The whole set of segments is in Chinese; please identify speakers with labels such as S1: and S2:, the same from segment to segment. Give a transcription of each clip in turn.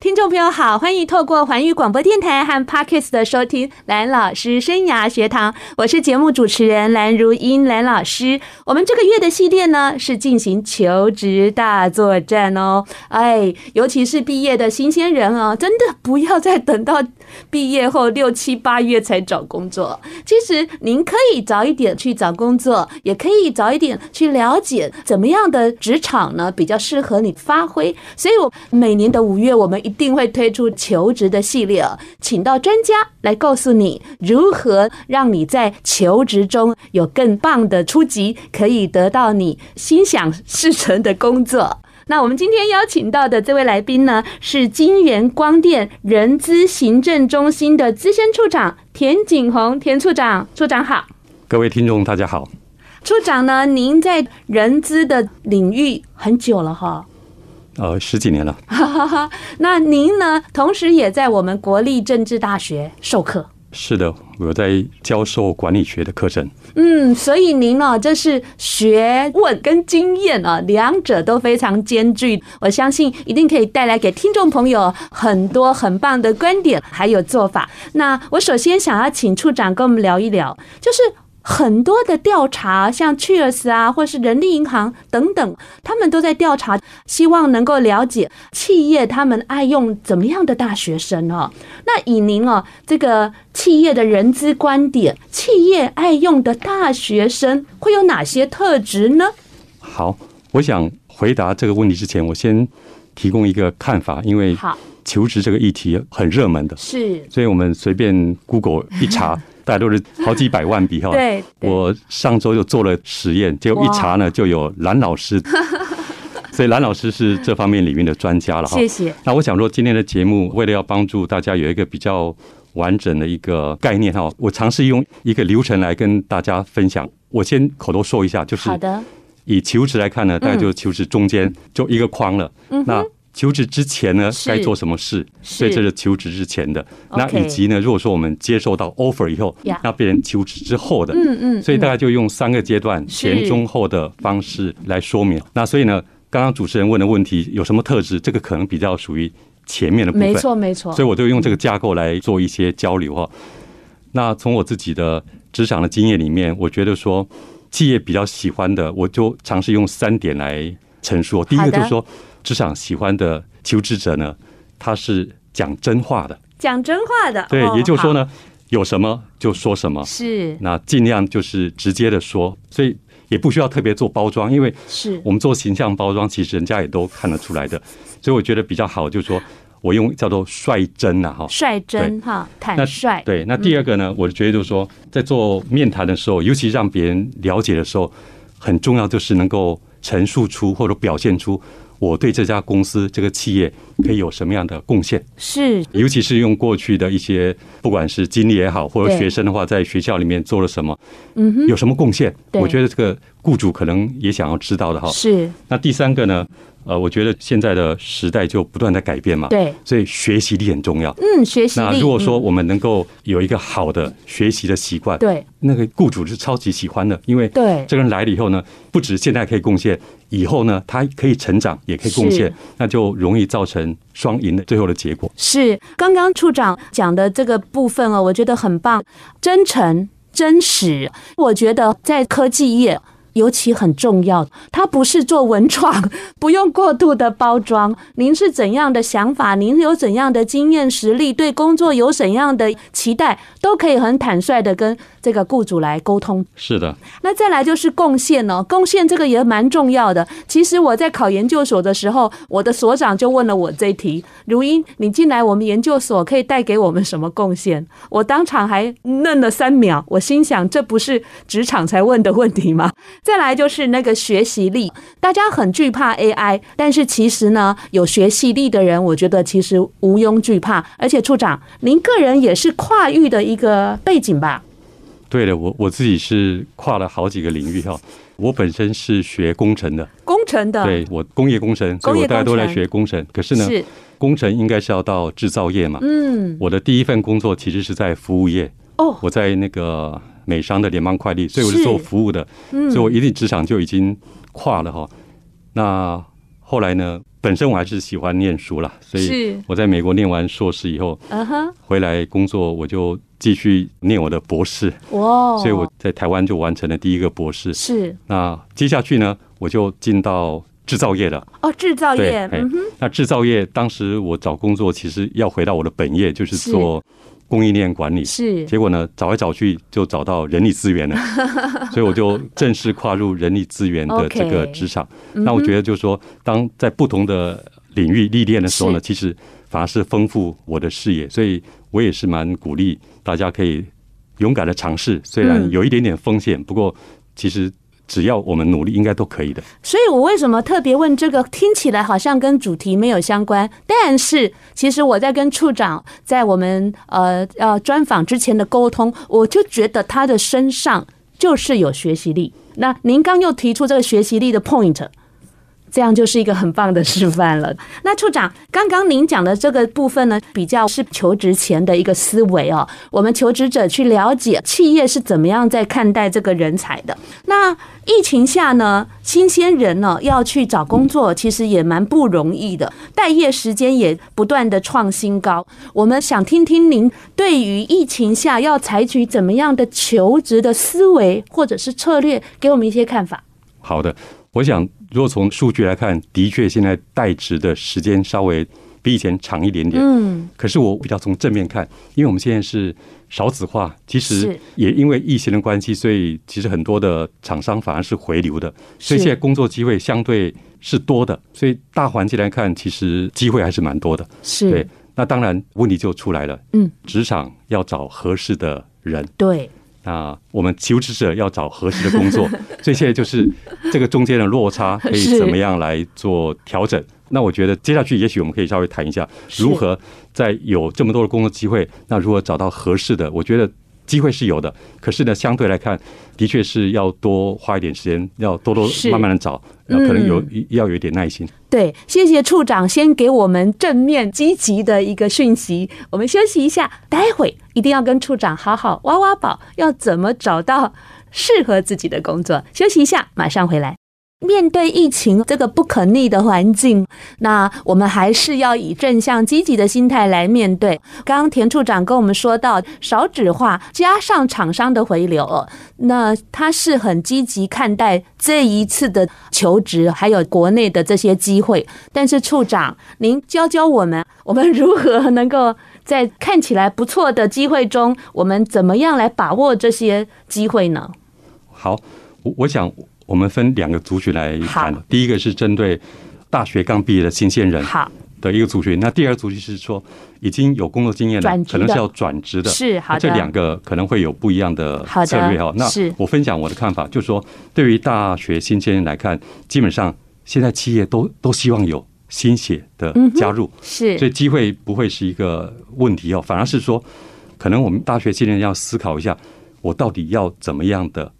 S1: 听众朋友好，欢迎透过环宇广播电台和 Parkes 的收听蓝老师生涯学堂，我是节目主持人蓝如英，蓝老师。我们这个月的系列呢是进行求职大作战哦，哎，尤其是毕业的新鲜人哦，真的不要再等到毕业后六七八月才找工作。其实您可以早一点去找工作，也可以早一点去了解怎么样的职场呢比较适合你发挥。所以，我每年的五月我们一。一定会推出求职的系列，请到专家来告诉你如何让你在求职中有更棒的出击，可以得到你心想事成的工作。那我们今天邀请到的这位来宾呢，是金源光电人资行政中心的资深处长田景宏，田处长，处长好，
S2: 各位听众大家好。
S1: 处长呢，您在人资的领域很久了哈。
S2: 呃，十几年了。
S1: 那您呢？同时也在我们国立政治大学授课。
S2: 是的，我在教授管理学的课程。
S1: 嗯，所以您呢、哦，这是学问跟经验啊，两者都非常兼具。我相信一定可以带来给听众朋友很多很棒的观点，还有做法。那我首先想要请处长跟我们聊一聊，就是。很多的调查，像 Cheers 啊，或是人力银行等等，他们都在调查，希望能够了解企业他们爱用怎么样的大学生哦。那以您哦这个企业的人资观点，企业爱用的大学生会有哪些特质呢？
S2: 好，我想回答这个问题之前，我先提供一个看法，因为求职这个议题很热门的，
S1: 是，
S2: 所以我们随便 Google 一 查。大家都是好几百万笔哈
S1: 对，
S2: 我上周就做了实验，结果一查呢，就有蓝 老师，所以蓝老师是这方面领域的专家了哈。
S1: 谢谢。
S2: 那我想说，今天的节目为了要帮助大家有一个比较完整的一个概念哈，我尝试用一个流程来跟大家分享。我先口头说一下，就是
S1: 好的。
S2: 以求职来看
S1: 嗯
S2: 呢，大概就是求职中间就一个框了。嗯那求职之前呢，该做什么事？所以这是求职之前的。那以及呢，如果说我们接受到 offer 以后，那变成求职之后的。
S1: 嗯嗯。
S2: 所以大概就用三个阶段，前中后的方式来说明。那所以呢，刚刚主持人问的问题有什么特质？这个可能比较属于前面的部分。
S1: 没错没错。
S2: 所以我就用这个架构来做一些交流哈。那从我自己的职场的经验里面，我觉得说企业比较喜欢的，我就尝试用三点来陈述。第一个就是说。职场喜欢的求职者呢，他是讲真话的，
S1: 讲真话的，哦
S2: 对，也就是说呢，有什么就说什么，
S1: 是，
S2: 那尽量就是直接的说，所以也不需要特别做包装，因为
S1: 是
S2: 我们做形象包装，其实人家也都看得出来的，所以我觉得比较好，就是说我用叫做率真呐，哈，
S1: 率真哈，坦率，嗯
S2: 对。那第二个呢，我觉得就是说，在做面谈的时候，尤其让别人了解的时候，很重要就是能够陈述出或者表现出。我对这家公司、这个企业可以有什么样的贡
S1: 嗯
S2: 献？
S1: 是，
S2: 尤其是用过去的一些，不管是经历也好，或者学生的话，在学校里面做了什么，
S1: 嗯哼，
S2: 有什么贡献？我觉得这个雇主可能也想要知道的哈。
S1: 是。
S2: 那第三个呢？呃，我觉得现在的时代就不断在改变嘛，
S1: 对，
S2: 所以学习力很重要。
S1: 嗯，学习力。
S2: 那如果说我们能够有一个好的学习的习惯，
S1: 对，
S2: 那个雇主是超级喜欢的，因为
S1: 对
S2: 这个人来了以后呢，不止现在可以贡献，以后呢，他可以成长，也可以贡献，那就容易造成双赢的最后的结果。
S1: 是，刚刚处长讲的这个部分哦，我觉得很棒，真诚、真实，我觉得在科技业。尤其很重要，它不是做文创，不用过度的包装。您是怎样的想法？您有怎样的经验实力？对工作有怎样的期待？都可以很坦率的跟这个雇主来沟通。
S2: 是的。
S1: 那再来就是贡献哦，贡献这个也蛮重要的。其实我在考研究所的时候，我的所长就问了我这题：如英，你进来我们研究所可以带给我们什么贡献？我当场还愣了三秒，我心想这不是职场才问的问题吗？ 再来就是那个学习力，大家很惧怕 AI，但是其实呢，有学习力的人，我觉得其实毋庸惧怕。而且处长，您个人也是跨域的一个背景吧？
S2: 对了，我我自己是跨了好几个领域哈。我本身是学工程的，
S1: 工程的，
S2: 对我工业啊工程，所以我大家都来学工程。可是呢，
S1: 是，
S2: 工程应该是要到制造业嘛。
S1: 嗯，
S2: 我的第一份工作其实是在服务业，
S1: 哦，
S2: 我在那个美商的联邦快递，所以我是做服务的，
S1: 嗯
S2: 所以我一定职场就已经跨了哈。那后来呢，本身我还是喜欢念书啦，所以
S1: 是，
S2: 我在美国念完硕士以后
S1: 嗯哼，
S2: 回来工作，我就继续念我的博士，
S1: 哇，
S2: 所以我在台湾就完成了第一个博士。
S1: 是
S2: 那接下去呢，我就进到制造业了。
S1: 哦，制造
S2: 对
S1: 业，
S2: 哎
S1: 嗯哼，
S2: 那制造业当时我找工作，其实要回到我的本业，就是
S1: 是
S2: 做供应链管理。
S1: 是，
S2: 结果呢，找来找去就找到人力资源 了，所以我就正式跨入人力资源的
S1: OK
S2: 这个职场。
S1: 嗯
S2: 那我
S1: 哼
S2: 觉得就是说，当在不同的领域历练的时候呢，
S1: 是
S2: 其实反而是丰富我的视野，所以我也是蛮鼓励大家可以勇敢的尝试，虽然
S1: 嗯
S2: 有一点点风险，不过其实只要我们努力，应该都可以的。
S1: 所以我为什么特别问这个？听起来好像跟主题没有相关，但是其实我在跟处长在我们呃呃专访之前的沟通，我就觉得他的身上就是有学习力。那您刚又提出这个学习力的 point。这样就是一个很棒的示范了。 那处长，刚刚您讲的这个部分呢，比较是求职前的一个思维哦。我们求职者去了解企业是怎么样在看待这个人才的。那疫情下呢，新鲜人呢要去找工作，其实也蛮不容易的，待业时间也不断的创新高。我们想听听您对于疫情下要采取怎么样的求职的思维或者是策略，给我们一些看法。
S2: 好的，我想如果从数据来看，的确现在代职的时间稍微比以前长一点点。
S1: 嗯，
S2: 可是我比较从正面看，因为我们现在是少子化，其实
S1: 是
S2: 也因为疫情的关系，所以其实很多的厂商反而是回流的，所以
S1: 是
S2: 现在工作机会相对是多的，所以大环境来看，其实机会还是蛮多的。
S1: 是
S2: 对，那当然问题就出来了，
S1: 嗯，
S2: 职场要找合适的人，
S1: 对，
S2: 那我们求职者要找合适的 工作，所以现在就是这个中间的落差可以
S1: 是
S2: 怎么样来做调整？那我觉得接下去也许我们可以稍微谈一下
S1: 是
S2: 如何在有这么多的工作机会，那如何找到合适的？我觉得机会是有的，可是呢，相对来看，的确是要多花一点时间，要多多
S1: 是
S2: 慢慢的找，然后可能有
S1: 嗯
S2: 一要有一点耐心。
S1: 对，谢谢处长先给我们正面积极的一个讯息。我们休息一下，待会一定要跟处长好好挖挖宝，要怎么找到适合自己的工作。休息一下，马上回来。面对疫情这个不可逆的环境，那我们还是要以正向积极的心态来面对。刚刚田处长跟我们说到少纸化加上厂商的回流哦，那他是很积极看待这一次的求职，还有国内的这些机会。但是处长，您教教我们，我们如何能够在看起来不错的机会中，我们怎么样来把握这些机会呢？
S2: 好，我我想我们分两个族群来谈
S1: 好，
S2: 第一个是针对大学刚毕业的新鲜人，
S1: 好，
S2: 的一个族群。那第二个族群是说已经有工作经验
S1: 转
S2: 了，
S1: 职
S2: 可能
S1: 的
S2: 是要转职的。
S1: 是好
S2: 那这两
S1: 的，
S2: 个可能会有不一样的
S1: 好的
S2: 策略哈。那
S1: 是
S2: 我分享我的看法，就是说，对于大学新鲜人来看，基本上现在企业都都希望有新血的加入，所
S1: 嗯是
S2: 以机会不会是一个问题哦，反而是说，可能我们大学新人要思考一下，我到底要怎么样的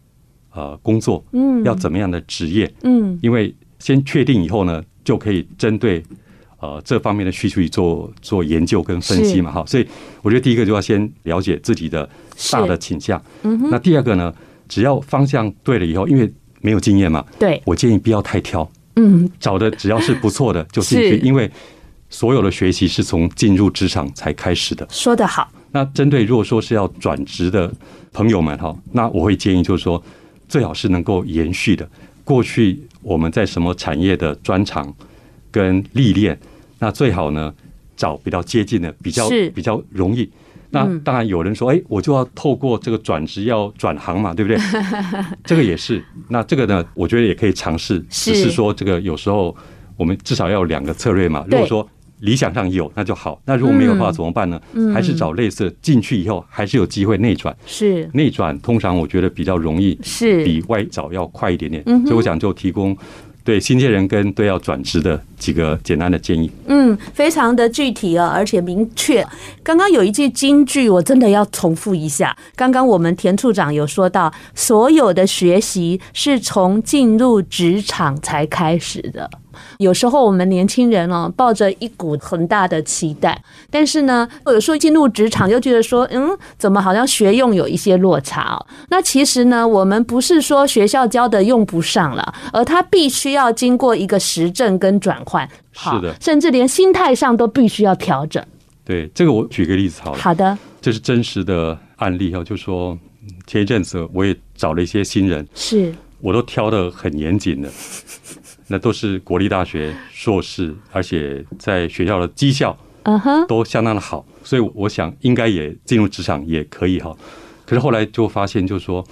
S2: 呃工作，
S1: 嗯
S2: 要怎么样的职业，
S1: 嗯，
S2: 因为先确定以后呢，就可以针对呃这方面的需求去做做研究跟分析嘛，哈。所以我觉得第一个就要先了解自己的大的倾向。
S1: 嗯哼，
S2: 那第二个呢，只要方向对了以后，因为没有经验嘛，
S1: 对，
S2: 我建议不要太挑，
S1: 嗯，
S2: 找的只要是不错的 就进
S1: 是
S2: 去，因为所有的学习是从进入职场才开始的。
S1: 说得好，
S2: 那针对如果说是要转职的朋友们哈，那我会建议就是说，最好是能够延续的过去我们在什么产业的专长跟历练，那最好呢找比较接近的，比较
S1: 是
S2: 比较容易。那
S1: 嗯
S2: 当然有人说，哎，我就要透过这个转职要转行嘛， 对不对？这个也是。那这个呢，我觉得也可以尝试，
S1: 是
S2: 只是说这个有时候我们至少要有两个策略嘛。如
S1: 对
S2: 果说理想上有，那就好；那如果没有的话，
S1: 嗯
S2: 怎么办呢？
S1: 嗯
S2: 还是找类似进去以后还是有机会内转，
S1: 是
S2: 内转通常我觉得比较容易，
S1: 是，
S2: 比外找要快一点点。
S1: 嗯哼
S2: 所以我想就提供对新鲜人跟对要转职的几个简单的建议。
S1: 嗯，非常的具体啊，而且明确。刚刚有一句金句，我真的要重复一下。刚刚我们田处长有说到，所有的学习是从进入职场才开始的。有时候我们年轻人哦，抱着一股很大的期待，但是呢，有时候进入职场又觉得说，嗯，怎么好像学用有一些落差哦？那其实呢，我们不是说学校教的用不上了，而它必须要经过一个实证跟转换，好
S2: 是的
S1: 甚至连心态上都必须要调整。
S2: 对，这个我举个例子好了。
S1: 好的，
S2: 这是真实的案例哦，就说嗯前一阵子我也找了一些新人，
S1: 是
S2: 我都挑的很严 谨的，那都是国立大学硕士，而且在学校的绩效
S1: 嗯哼，
S2: 都相当的好，所以我想应该也进入职场也可以哈。可是后来就发现，就是说，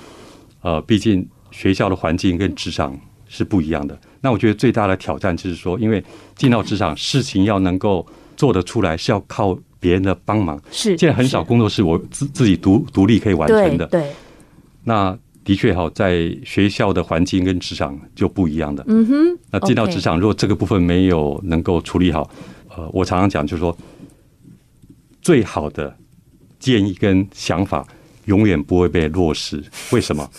S2: 呃，毕竟学校的环境跟职场是不一样的。那我觉得最大的挑战就是说，因为进到职场，事情要能够做得出来，是要靠别人的帮忙。
S1: 是
S2: 现在很少
S1: 是
S2: 工作室我自自己独独立可以完成
S1: 对
S2: 的。
S1: 对，
S2: 那的确哈，在学校的环境跟职场就不一样的。
S1: 嗯哼，
S2: 那进到
S1: OK
S2: 职场，如果这个部分没有能够处理好，呃，我常常讲就是说，最好的建议跟想法永远不会被落实。为 什么？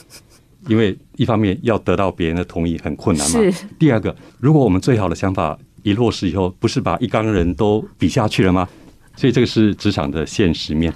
S2: 因为一方面要得到别人的同意很困难嘛
S1: 是。
S2: 第二个，如果我们最好的想法一落实以后，不是把一缸人都比下去了吗？所以这个是职场的现实面。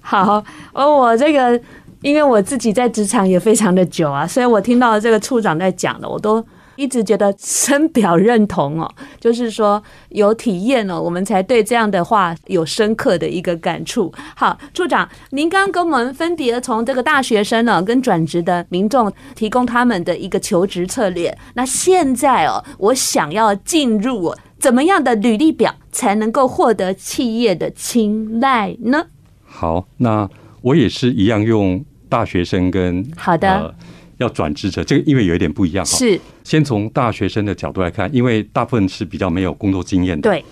S1: 好，而我这个，因为我自己在职场也非常的久啊，所以我听到这个处长在讲的，我都一直觉得深表认同哦，就是说有体验哦，我们才对这样的话有深刻的一个感触。好，处长，您刚刚跟我们分别从这个大学生呢、跟转职的民众提供他们的一个求职策略，那现在哦，我想要进入、哦、怎么样的履历表才能够获得企业的青睐呢？
S2: 好，那我也是一样用大学生跟
S1: 好的
S2: 呃、要转职者，这个因为有一点不一样哈。
S1: 是。
S2: 先从大学生的角度来看，因为大部分是比较没有工作经验的，
S1: 对，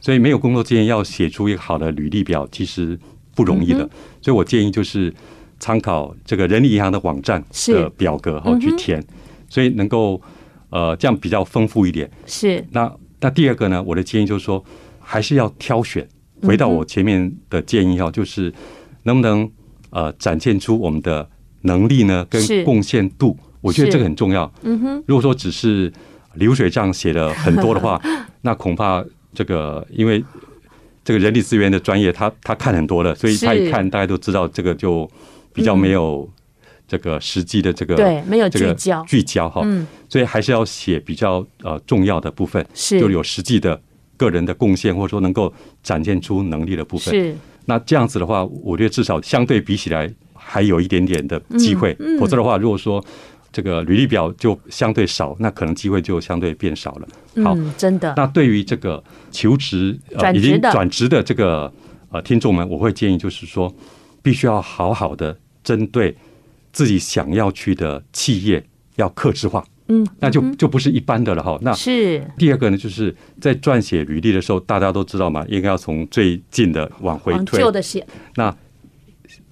S2: 所以没有工作经验要写出一个好的履历表，其实不容易的。
S1: 嗯
S2: 所以我建议就是参考这个人力银行的网站
S1: 是嗯
S2: 的表格哈去填，所以能够呃这样比较丰富一点。
S1: 是
S2: 那那第二个呢，我的建议就是说，还是要挑选。回
S1: 嗯
S2: 到我前面的建议哈，就是能不能呃展现出我们的能力呢，跟
S1: 是
S2: 贡献度，我觉得
S1: 是
S2: 这个很重要。
S1: 嗯哼，
S2: 如果说只是流水账写了很多 的话，那恐怕这个因为这个人力资源的专业他，他看很多了，所以
S1: 是嗯
S2: 他一看大家都知道这个就比较没有这个实际的这个、
S1: 对，没有
S2: 这
S1: 呃聚
S2: 个
S1: 焦，
S2: 聚焦哈，
S1: 嗯，
S2: 所以还是要写比较呃重要的部分，
S1: 是
S2: 就有实际的个人的贡献，或者说能够展现出能力的部分。
S1: 是
S2: 那这样子的话，我觉得至少相对比起来还有一点点的机会。
S1: 嗯嗯
S2: 否则的话，如果说这个履历表就相对少，那可能机会就相对变少了。好，
S1: 嗯，真的，
S2: 那对于这个求职、呃
S1: 转职
S2: 已经
S1: 的
S2: 转职的这个呃听众们，我会建议就是说，必须要好好的针对自己想要去的企业要克制化，
S1: 嗯，
S2: 那就
S1: 嗯
S2: 就不是一般的了哈。那
S1: 哼是
S2: 第二个呢，就是在撰写履历的时候，大家都知道嘛，应该要从最近的往回
S1: 往
S2: 推，
S1: 旧的写，
S2: 那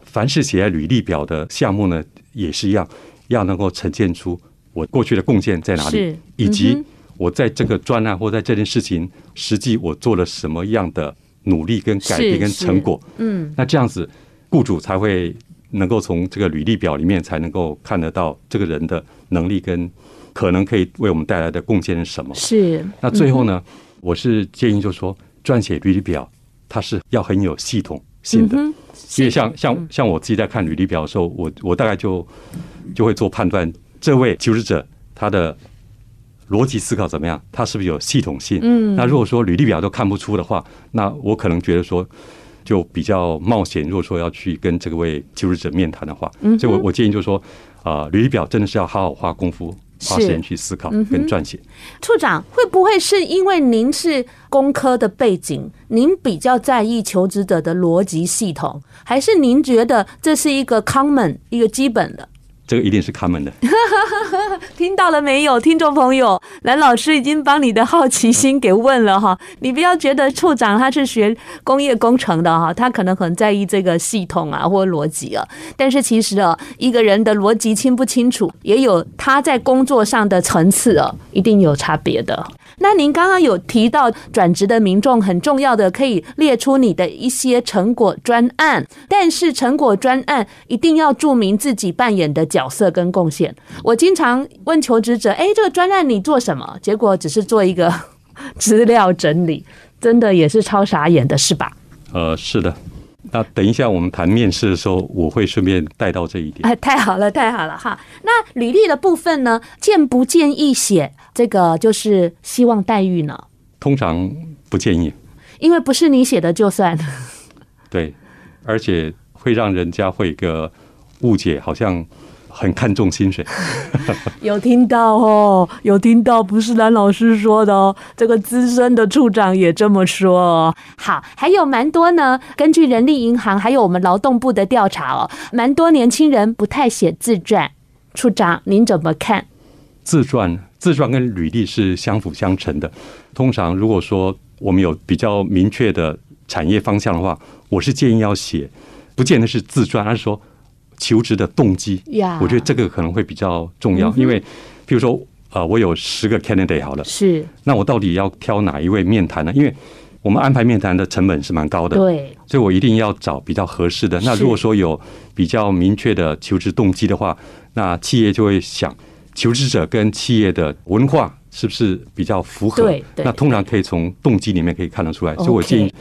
S2: 凡是写在履历表的项目呢，也是一样，要能够呈现出我过去的贡献在哪
S1: 是
S2: 里
S1: 嗯哼，
S2: 以及我在这个专案或在这件事情实际我做了什么样的努力跟改变
S1: 是
S2: 跟成果。
S1: 嗯，
S2: 那这样子，雇主才会能够从这个履历表里面才能够看得到这个人的能力跟可能可以为我们带来的贡献是什么。
S1: 是嗯
S2: 那最后呢，我是建议就是说，撰写履历表它是要很有系统性
S1: 嗯
S2: 的。
S1: 哼，
S2: 因为
S1: 嗯
S2: 像像像我自己在看履历表的时候，我我大概就就会做判断，这位求职者他的逻辑思考怎么样，他是不是有系统性？
S1: 嗯
S2: 那如果说履历表都看不出的话，那我可能觉得说就比较冒险。如果说要去跟这位求职者面谈的话，
S1: 嗯哼
S2: 所以我我建议就是说，啊、履历表真的是要好好花功夫。花时间去思考
S1: 嗯哼
S2: 跟撰写，
S1: 处长会不会是因为您是工科的背景，您比较在意求职者的逻辑系统，还是您觉得这是一个 common 一个基本的？
S2: 这个一定是他们的。
S1: 听到了没有，听众朋友？蓝老师已经帮你的好奇心给问了哈，你不要觉得处长他是学工业工程的哈，他可能很在意这个系统啊或逻辑啊，但是其实啊，一个人的逻辑清不清楚，也有他在工作上的层次啊，一定有差别的。那您刚刚有提到转职的民众很重要的，可以列出你的一些成果专案，但是成果专案一定要注明自己扮演的角色跟贡献。我经常问求职者，哎，这个专案你做什么？结果只是做一个资料整理，真的也是超傻眼的，是吧？
S2: 呃，是的。那等一下我们谈面试的时候，我会顺便带到这一点。
S1: 哎，太好了，太好了哈。那履历的部分呢，建不建议写这个就是希望待遇呢？
S2: 通常不建议，
S1: 因为不是你写的就算。
S2: 对，而且会让人家会有一个误解，好像很看重薪水。
S1: 有听到哦，有听到，不是蓝老师说的哦，这个资深的处长也这么说哦。好，还有蛮多呢。根据人力银行还有我们劳动部的调查哦，蛮多年轻人不太写自传。处长，您怎么看？
S2: 自传，自传跟履历是相辅相成的。通常如果说我们有比较明确的产业方向的话，我是建议要写，不见得是自传，而是说求职的动机。
S1: 呀
S2: 我觉得这个可能会比较重要，因为譬如说，呃，我有十个 candidate 好了，
S1: 是
S2: 那我到底要挑哪一位面谈呢？因为我们安排面谈的成本是蛮高的，
S1: 对，
S2: 所以我一定要找比较合适的。那
S1: 是
S2: 如果说有比较明确的求职动机的话，那企业就会想，求职者跟企业的文化是不是比较符合
S1: 对？对
S2: 那通常可以从动机里面可以看得出来。所以我
S1: OK
S2: 建议，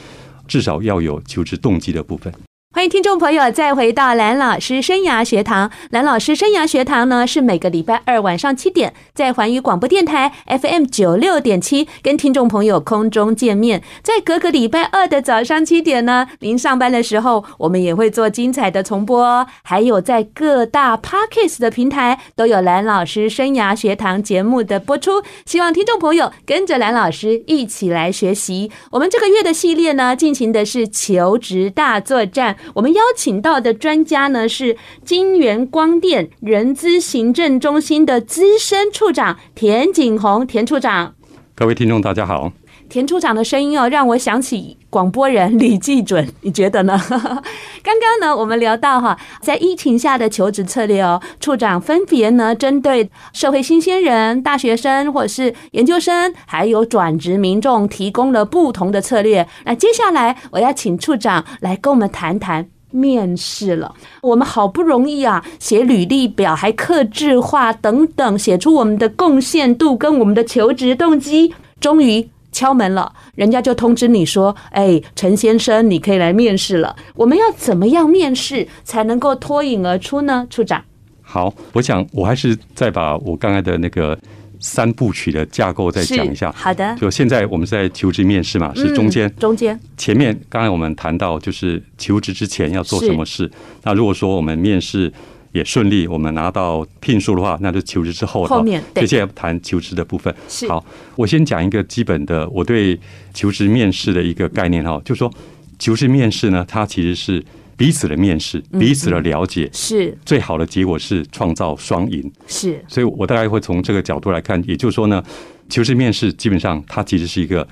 S2: 至少要有求职动机的部分。
S1: 欢迎听众朋友再回到蓝老师生涯学堂。蓝老师生涯学堂呢，是每个礼拜二晚上七点在环宇广播电台 FM 九六点七跟听众朋友空中见面。在隔个礼拜二的早上七点呢，您上班的时候，我们也会做精彩的重播哦，还有在各大 Podcast 的平台都有蓝老师生涯学堂节目的播出。希望听众朋友跟着蓝老师一起来学习。我们这个月的系列呢，进行的是求职大作战。我们邀请到的专家呢是金源光电人资行政中心的资深处长田景宏，田处长。
S2: 各位听众，大家好。
S1: 田处长的声音哦，让我想起广播人李济准，你觉得呢？ 刚刚呢，我们聊到哈，在疫情下的求职策略哦，处长分别呢针对社会新鲜人、大学生或者是研究生，还有转职民众提供了不同的策略。那接下来我要请处长来跟我们谈谈。面试了，我们好不容易啊，写履历表还克制化等等，写出我们的贡献度跟我们的求职动机，终于敲门了，人家就通知你说：“哎，陈先生，你可以来面试了。”我们要怎么样面试才能够脱颖而出呢？处长，
S2: 好，我想我还是再把我刚才的那个三部曲的架构再讲一下
S1: 是。好的，
S2: 就现在我们在求职面试嘛，是
S1: 嗯
S2: 中间、
S1: 中间
S2: 前面刚才我们谈到，就是求职之前要做什么事。那如果说我们面试也顺利，我们拿到聘书的话，那就求职之后了。
S1: 后面对
S2: 就现在谈求职的部分。
S1: 是
S2: 好，我先讲一个基本的我对求职面试的一个概念哈，就说求职面试呢，它其实是彼此的面试，彼
S1: 嗯
S2: 此的了解，
S1: 是
S2: 最好的结果是创造双赢。
S1: 是
S2: 所以我大概会从这个角度来看，也就是说呢，求职面试基本上它其实是一个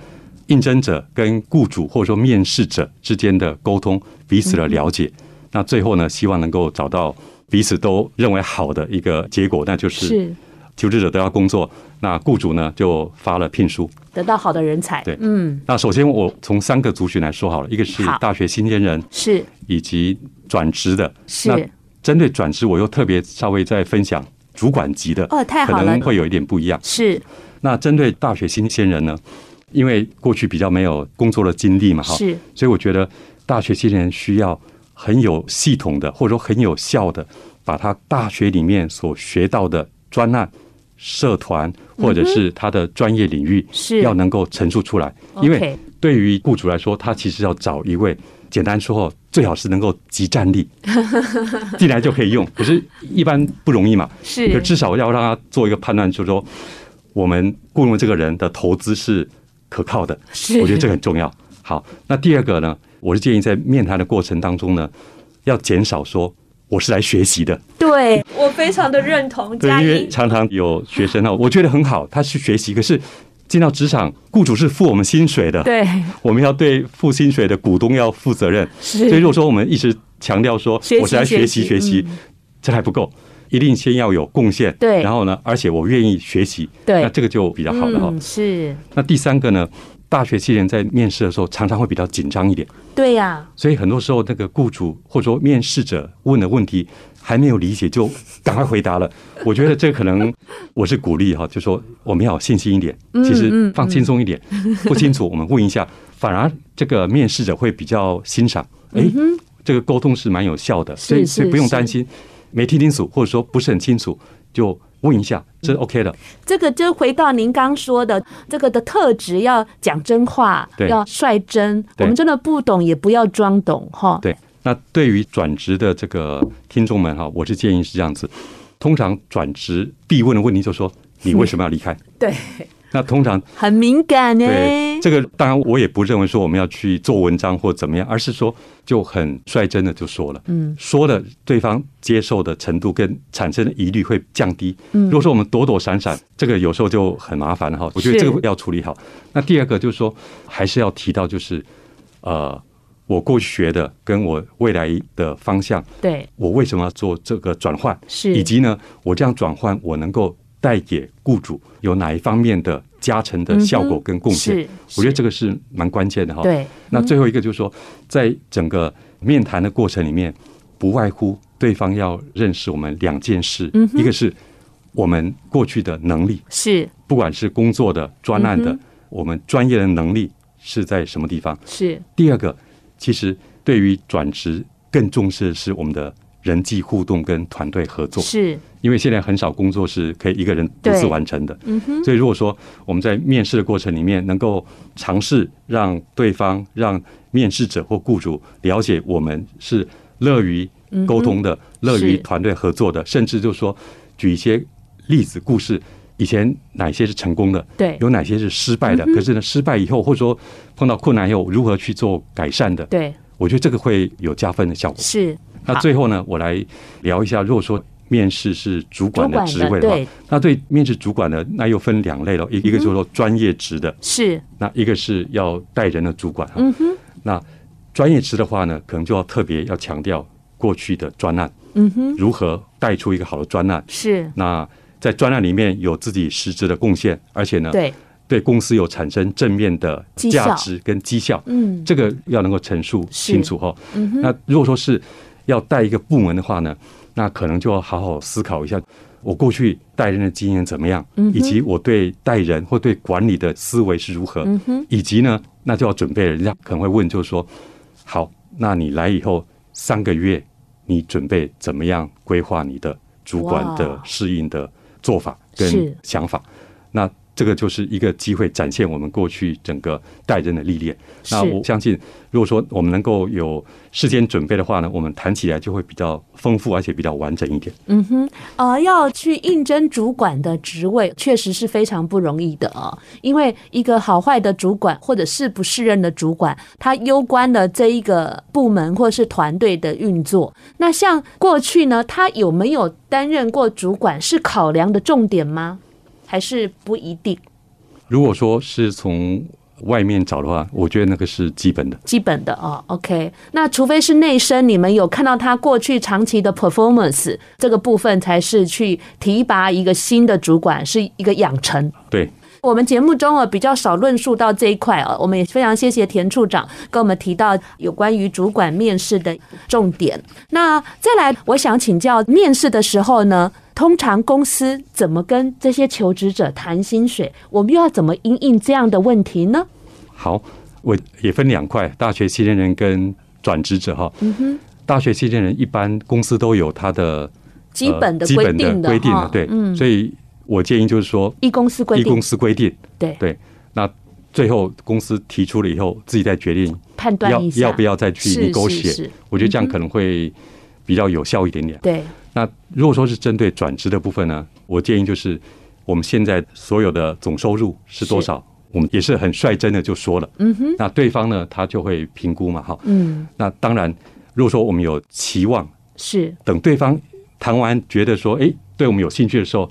S2: 应征者跟雇主或者说面试者之间的沟通，彼此的了
S1: 嗯
S2: 解。那最后呢，希望能够找到彼此都认为好的一个结果，那就是
S1: 是
S2: 求职者都要工作，那雇主呢就发了聘书。
S1: 得到好的人才，
S2: 对
S1: 嗯，
S2: 那首先我从三个族群来说好了，一个是
S1: 好
S2: 大学新鲜人
S1: 是
S2: 以及转职的。那
S1: 是
S2: 针对转职，我又特别稍微再分享主管级的，
S1: 哦，太
S2: 可
S1: 好了
S2: 能，会有一点不一样。
S1: 是
S2: 那针对大学新鲜人呢，因为过去比较没有工作的经历嘛，哈，
S1: 是
S2: 所以我觉得大学新鲜人需要很有系统的，或者说很有效的，把他大学里面所学到的专案、社团或者是他的专业领域，
S1: 嗯是
S2: 要能够陈述出来，因为
S1: OK
S2: 对于雇主来说，他其实要找一位。简单说哦，最好是能够集战 力，进来就可以用。可是，一般不容易嘛。可
S1: 是
S2: 至少要让他做一个判断，就是说我们雇佣这个人的投资是可靠的，
S1: 是，
S2: 我觉得这个很重要。好，那第二个呢，我是建议在面谈的过程当中呢，要减少说我是来学习的。
S1: 对，
S3: 我非常的认同
S2: 对，
S3: 佳
S2: 因为
S3: 音。
S2: 常常有学生哦哈，我觉得很好，他去学习，可是进到职场，雇主是付我们薪水的，
S1: 对，
S2: 我们要对付薪水的股东要负责任。
S1: 是
S2: 所以如果说我们一直强调说
S1: 学习
S2: 我是来学习
S1: 学
S2: 学
S1: 习嗯
S2: 习，这还不够，一定先要有贡献。
S1: 对
S2: 然后呢，而且我愿意学习，
S1: 对
S2: 那这个就比较好了哈
S1: 嗯，。是，
S2: 那第三个呢，大学期间在面试的时候常常会比较紧张一点，
S1: 对呀、
S2: 所以很多时候那个雇主或者说面试者问的问题还没有理解就赶快回 答了。我觉得这可能我是鼓励哈，就说我们要有信心一点，
S1: 嗯
S2: 其实放轻松一点， 不清楚我们问一下，反而这个面试者会比较欣赏。诶，这个沟通是蛮有效的，所以
S1: 嗯是
S2: 所以不用
S1: 是
S2: 担心没听清楚或者说不是很清楚就问一下，
S1: 嗯
S2: 这 OK 的。
S1: 这个就回到您刚说的，这个的特质要讲真话，
S2: 对
S1: 要率真。我
S2: 对
S1: 们真的不懂也不要装懂哈。
S2: 对，那对于转职的这个听众们哈，我是建议是这样子：通常转职必问的问题就是说，你为什么要离开？
S1: 对，
S2: 那通常
S1: 很敏感欸呢、
S2: 对这个，当然我也不认为说我们要去做文章或怎么样，而是说就很率真的就说了，
S1: 嗯，
S2: 说了对方接受的程度跟产生的疑虑会降低。嗯，如果说我们躲躲闪闪，这个有时候就很麻烦了哈。我觉得
S1: 是
S2: 这个要处理好。那第二个就是说，还是要提到就是，呃，我过去学的跟我未来的方向，
S1: 对
S2: 我为什么要做这个转换，
S1: 是
S2: 以及呢，我这样转换我能够带给雇主有哪一方面的加成的效果跟贡献
S1: 嗯哼，是
S2: 我觉得这个是蛮关键的哈。
S1: 对，嗯
S2: 那最后一个就是说，在整个面谈的过程里面，不外乎对方要认识我们两件事，
S1: 嗯
S2: 一个是我们过去的能力，
S1: 是
S2: 不管是工作的、专案
S1: 嗯
S2: 的，我们专业的能力是在什么地方。
S1: 是
S2: 第二个，其实对于转职更重视的是我们的人际互动跟团队合作，
S1: 是，
S2: 因为现在很少工作是可以一个人独自
S1: 对嗯
S2: 完成的。所以如果说我们在面试的过程里面能够尝试让对方、让面试者或雇主了解我们是乐于沟通的、乐于
S1: 嗯是
S2: 团队合作的，甚至就是说举一些例子故事。以前哪些是成功的？
S1: 对嗯
S2: 有哪些是失败的？可是呢，失败以后，或者说碰到困难以后，如何去做改善的？
S1: 对
S2: 我觉得这个会有加分的效果。
S1: 是
S2: 那最后呢，我来聊一下，如果说面试是主管的职位
S1: 主管
S2: 的
S1: 的对嗯
S2: 话，那对面试主管呢，那又分两类了，一一个就是说专业职的，
S1: 是
S2: 那一个是要带人的主管哈。
S1: 嗯
S2: 那专业职的话呢，可能就要特别要强调过去的专案，嗯哼，如何带出一个好的专案。
S1: 是，
S2: 那在专案里面有自己实质的贡献，而且呢，
S1: 对
S2: 对公司有产生正面的
S1: 绩效
S2: 价值跟绩效，
S1: 嗯
S2: 这个要能够陈述
S1: 是嗯
S2: 清楚哈。那如果说是要带一个部门的话呢，那可能就要好好思考一下，我过去带人的经验怎么样，
S1: 嗯
S2: 以及我对带人或对管理的思维是如何，
S1: 嗯
S2: 以及呢，那就要准备了人家可能会问，就是说，好，那你来以后三个月，你准备怎么样规划你的主管的
S1: 哇
S2: 适应的做法
S1: 是
S2: 跟想法？那这个就是一个机会，展现我们过去整个带人的历练。
S1: 是
S2: 那我相信，如果说我们能够有事先准备的话呢，我们谈起来就会比较丰富，而且比较完整一点。
S1: 嗯哼，呃，要去应征主管的职位，确实是非常不容易的哦。因为一个好坏的主管，或者是不适任的主管，他攸关了这一个部门或是团队的运作。那像过去呢，他有没有担任过主管，是考量的重点吗？还是不一定？
S2: 如果说是从外面找的话，我觉得那个是基本的。
S1: 基本的哦，OK。那除非是内生，你们有看到他过去长期的 performance 这个部分，才是去提拔一个新的主管，是一个养成。
S2: 对，
S1: 我们节目中啊比较少论述到这一块啊，我们也非常谢谢田处长跟我们提到有关于主管面试的重点。那再来，我想请教面试的时候呢，通常公司怎么跟这些求职者谈薪水？我们又要怎么因应这样的问题呢？
S2: 好，我也分两块，大学期间人跟转职者哈。嗯哼。大学期间人一般公司都有它的
S1: 基本的
S2: 呃基
S1: 规
S2: 本
S1: 定
S2: 的
S1: 的
S2: 规定
S1: 哈
S2: 的，对，
S1: 嗯，
S2: 所以我建议就是说，
S1: 一公司规
S2: 依
S1: 定
S2: 公，司规定，
S1: 对
S2: 对，那最后公司提出了以后，自己再决定
S1: 判断
S2: 要
S1: 一下
S2: 要不要再去
S1: 是
S2: n e
S1: 是
S2: g o t
S1: 是嗯
S2: 我觉得这样可能会比较有效一点点。
S1: 对，
S2: 那如果说是针对转职的部分呢，我建议就是我们现在所有的总收入是多少，我们也是很率真的就说了。嗯哼。那对方呢，他就会评估嘛，哈。
S1: 嗯，
S2: 那当然，如果说我们有期望，
S1: 是
S2: 等对方谈完觉得说，哎，对我们有兴趣的时候，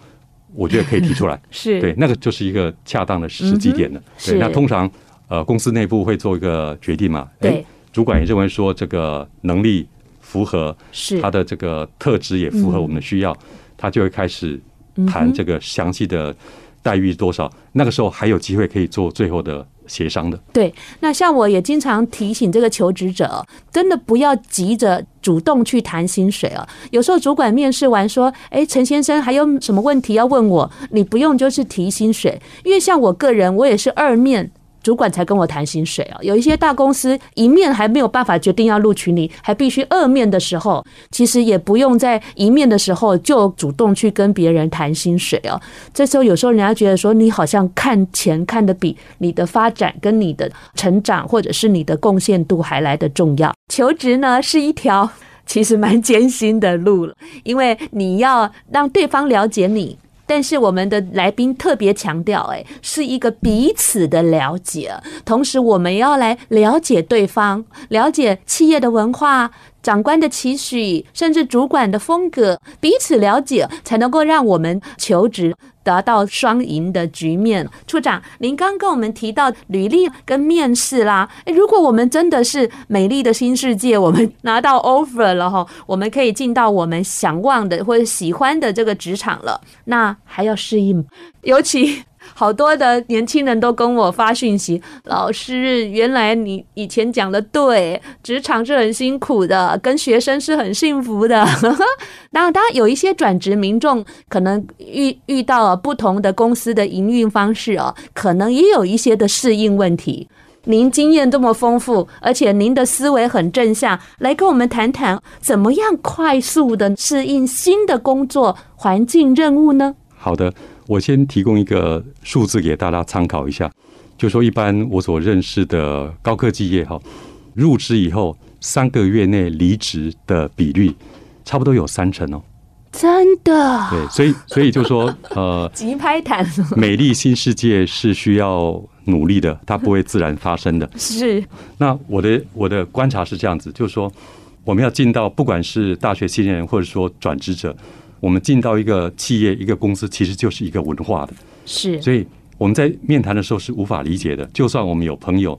S2: 我觉得可以提出来。
S1: 是，
S2: 对，那个就是一个恰当的时机点了。
S1: 嗯是
S2: 对，那通常呃公司内部会做一个决定嘛，诶
S1: 对，
S2: 主管也认为说这个能力符合
S1: 是嗯
S2: 他的这个特质，也符合我们的需要，他就会开始谈这个详细的待遇多少。那个时候还有机会可以做最后的协商的。
S1: 对，那像我也经常提醒这个求职者哦，真的不要急着主动去谈薪水哦。有时候主管面试完说：“哎，陈先生还有什么问题要问我？”你不用就是提薪水，因为像我个人，我也是二面。主管才跟我谈薪水哦，有一些大公司一面还没有办法决定要录取你，还必须二面的时候，其实也不用在一面的时候就主动去跟别人谈薪水哦。这时候有时候人家觉得说，你好像看钱看得比你的发展跟你的成长或者是你的贡献度还来得重要。求职呢是一条其实蛮艰辛的路了，因为你要让对方了解你。但是我们的来宾特别强调，哎，是一个彼此的了解，同时我们要来了解对方，了解企业的文化、长官的期许，甚至主管的风格，彼此了解，才能够让我们求职达到双赢的局面。处长，您刚跟我们提到履历跟面试啦，诶如果我们真的是美丽的新世界，我们拿到 offer 了哈，我们可以进到我们想望的或者喜欢的这个职场了，那还要适应，尤其。好多的年轻人都跟我发讯息，老师，原来你以前讲的对，职场是很辛苦的，跟学生是很幸福的。那当然有一些转职民众可能遇遇到了不同的公司的营运方式哦，可能也有一些的适应问题。您经验这么丰富，而且您的思维很正向，来跟我们谈谈怎么样快速的适应新的工作环境任务呢？
S2: 好的，我先提供一个数字给大家参考一下，就说一般我所认识的高科技业哈，入职以后三个月内离职的比率差不多有三成哦。
S1: 真的
S2: 对，所以所以就说 呃，
S1: 急拍谈
S2: 美丽新世界是需要努力的，它不会自然发生的。
S1: 是
S2: 那我的我的观察是这样子，就是说，我们要进到不管是大学新鲜人，或者说转职者，我们进到一个企业、一个公司，其实就是一个文化的。
S1: 是
S2: 所以我们在面谈的时候是无法理解的，就算我们有朋友，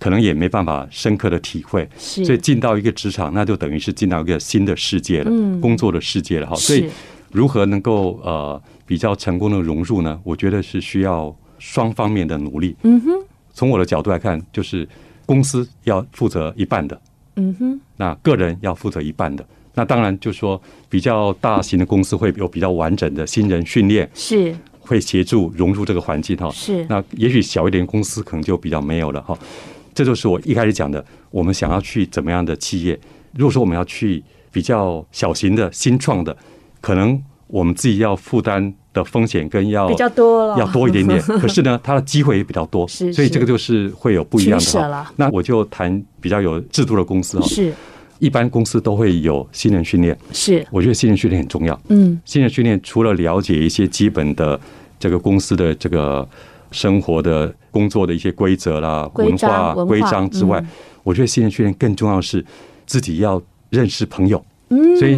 S2: 可能也没办法深刻的体会。
S1: 是，
S2: 所以进到一个职场，那就等于是进到一个新的世界了，
S1: 嗯
S2: 工作的世界了哈。
S1: 是
S2: 所以如何能够呃比较成功的融入呢？我觉得是需要双方面的努力。
S1: 嗯哼，
S2: 从我的角度来看，就是公司要负责一半的，
S1: 嗯哼，
S2: 那个人要负责一半的。那当然就说比较大型的公司会有比较完整的新人训练，
S1: 是
S2: 会协助融入这个环境哈。
S1: 是
S2: 那也许小一点公司可能就比较没有了哈。这就是我一开始讲的，我们想要去怎么样的企业？如果说我们要去比较小型的、新创的，可能我们自己要负担的风险跟要
S1: 比较多了，
S2: 要多一 点点。可是呢，它的机会也比较多，
S1: 是
S2: 所以这个就是会有不一样
S1: 取舍
S2: 的
S1: 了
S2: 哈。那我就谈比较有制度的公司哈，
S1: 是
S2: 一般公司都会有新人训练，
S1: 是，
S2: 我觉得新人训练很重要。
S1: 嗯，
S2: 新人训练除了了解一些基本的这个公司的这个生活的、工作的一些规则啦、
S1: 规
S2: 文
S1: 章
S2: 化
S1: 文化
S2: 规章之外
S1: 嗯，
S2: 我觉得新人训练更重要的是自己要认识朋友。
S1: 嗯
S2: 所以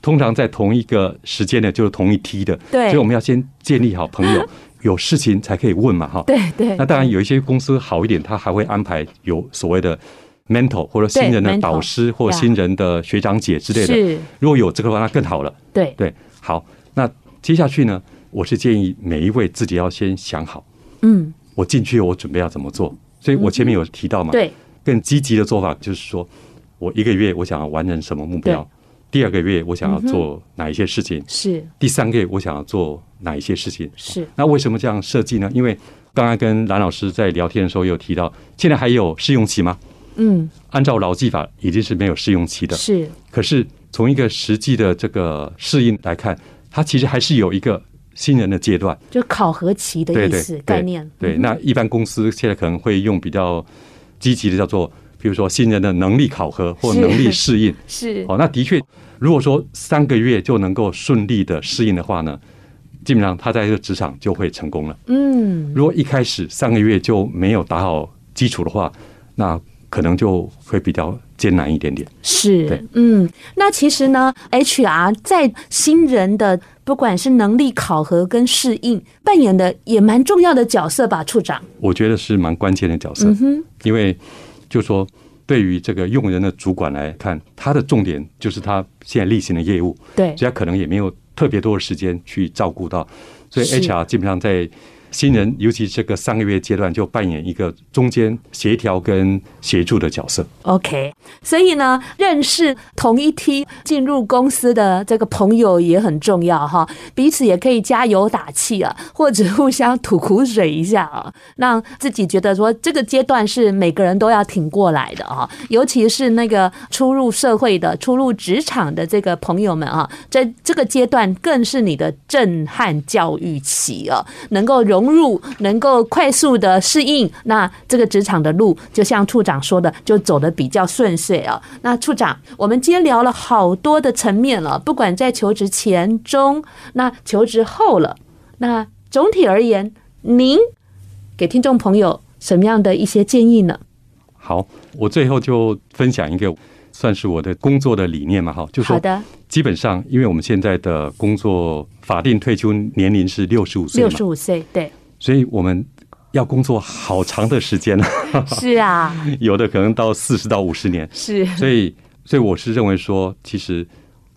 S2: 通常在同一个时间的，就是同一梯的，
S1: 对
S2: 所以我们要先建立好朋友， 有事情才可以问嘛，哈。
S1: 对对，
S2: 那当然有一些公司好一点，它还会安排有所谓的 mentor 或者新人的
S1: ，mentor
S2: 导师或
S1: 呀
S2: 新人的学长姐之类的。
S1: 是，
S2: 如果有这个的话，那更好了。
S1: 对
S2: 对，好，那接下去呢，我是建议每一位自己要先想好，
S1: 嗯，
S2: 我进去我准备要怎么做。所以我前面有提到嘛，
S1: 对，
S2: 更积极的做法就是说，我一个月我想要完成什么目标
S1: 对，嗯
S2: 第二个月我想要做哪一些事情，
S1: 是
S2: 第三个月我想要做哪一些事情。
S1: 是，
S2: 那为什么这样设计呢？因为刚刚跟蓝老师在聊天的时候有提到，现在还有试用期吗？
S1: 嗯，
S2: 按照劳技法已经是没有试用期的，
S1: 是
S2: 可是从一个实际的这个适应来看，它其实还是有一个新人的阶段。
S1: 就考核期的
S2: 对
S1: 意
S2: 对
S1: 思
S2: 对
S1: 概念，
S2: 对，
S1: 嗯
S2: 那一般公司现在可能会用比较积极的叫做，比如说新人的能力考核或
S1: 是
S2: 能力适应。
S1: 是
S2: 哦，那的确，如果说三个月就能够顺利的适应的话呢，基本上他在这个职场就会成功了。
S1: 嗯
S2: 如果一开始三个月就没有打好基础的话，那可能就会比较艰难一点点。
S1: 是
S2: 对，
S1: 嗯，那其实呢，HR 在新人的不管是能力考核跟适应，扮演的也蛮重要的角色吧，处长。
S2: 我觉得是蛮关键的角
S1: 嗯
S2: 色，因为就说对于这个用人的主管来看，他的重点就是他现在例行的业务，
S1: 对
S2: 所以他可能也没有特别多的时间去照顾到，所以
S1: 是
S2: HR 基本上在新人，尤其这个三个月阶段，就扮演一个中间协调跟协助的角色。
S1: ，OK。所以呢，认识同一梯进入公司的这个朋友也很重要哈，彼此也可以加油打气啊，或者互相吐苦水一下啊，让自己觉得说这个阶段是每个人都要挺过来的啊，尤其是那个初入社会的、初入职场的这个朋友们啊，在这个阶段更是你的震撼教育期啊，能够融入，能够快速的适应，那这个职场的路，就像处长说的，就走得比较顺遂啊。那处长，我们今天聊了好多的层面了，不管在求职前、中，那求职后了，那总体而言，您给听众朋友什么样的一些建议呢？
S2: 好，我最后就分享一个算是我的工作的理念嘛，哈，就
S1: 好
S2: 说
S1: 的，
S2: 基本上，因为我们现在的工作法定退休年龄是六十五岁
S1: 六
S2: 嘛，
S1: 十五岁， 对，
S2: 所以我们要工作好长的时间了，
S1: 是啊，
S2: 有的可能到四十到五十年。
S1: 是，
S2: 所以，所以我是认为说，其实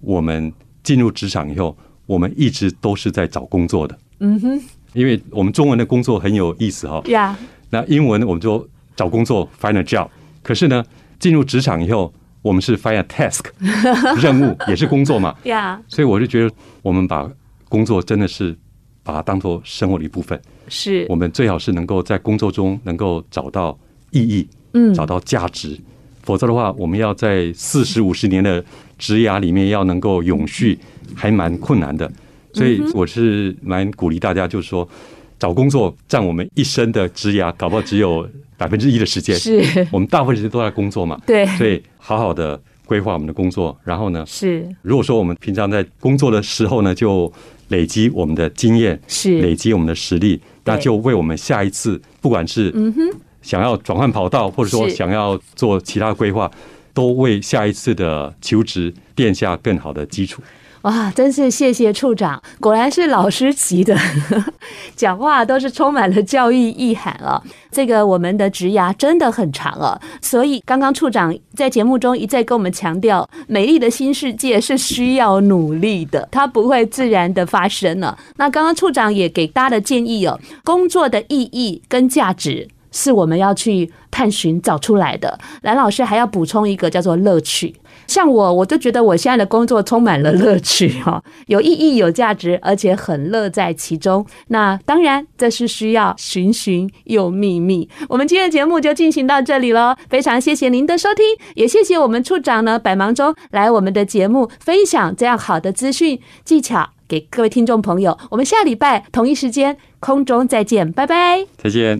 S2: 我们进入职场以后，我们一直都是在找工作的，
S1: 嗯哼，
S2: 因为我们中文的工作很有意思哈、
S1: 呀，
S2: 那英文我们就找工作 find a job，可是呢，进入职场以后，我们是 find a task 任务，也是工作嘛。
S1: 呀，
S2: 所以我就觉得，我们把工作真的是把它当做生活的一部分。
S1: 是
S2: 我，们最好是能够在工作中能够找到意义，
S1: 嗯
S2: 找到价值。否则的话，我们要在四十五十年的职涯里面要能够永续，
S1: 嗯
S2: 还蛮困难的。所以我是蛮鼓励大家，就是说，找工作占我们一生的职涯，搞不好 只有百分之一的时间。
S1: 是，
S2: 我们大部分时间都在工作嘛，
S1: 对，
S2: 所以好好的规划我们的工作，然后呢，
S1: 是，
S2: 如果说我们平常在工作的时候呢，就累积我们的经验，
S1: 是
S2: 累积我们的实力，那就为我们下一次，不管是想要转换跑道，或者说
S1: 嗯是
S2: 想要做其他规划，都为下一次的求职奠下更好的基础。
S1: 哇，真是谢谢处长，果然是老师级的， 讲话都是充满了教育意涵啊。这个我们的职涯真的很长啊，所以刚刚处长在节目中一再跟我们强调，美丽的新世界是需要努力的，它不会自然的发生了、那刚刚处长也给大家的建议哦，工作的意义跟价值是我们要去探寻找出来的。蓝老师还要补充一个叫做乐趣。像我，我就觉得我现在的工作充满了乐趣 哈、哦，有意义、有价值，而且很乐在其中。那当然，这是需要寻寻又觅觅。我们今天的节目就进行到这里喽，非常谢谢您的收听，也谢谢我们处长呢百忙中来我们的节目分享这样好的资讯技巧给各位听众朋友。我们下礼拜同一时间空中再见，拜拜。
S2: 再见。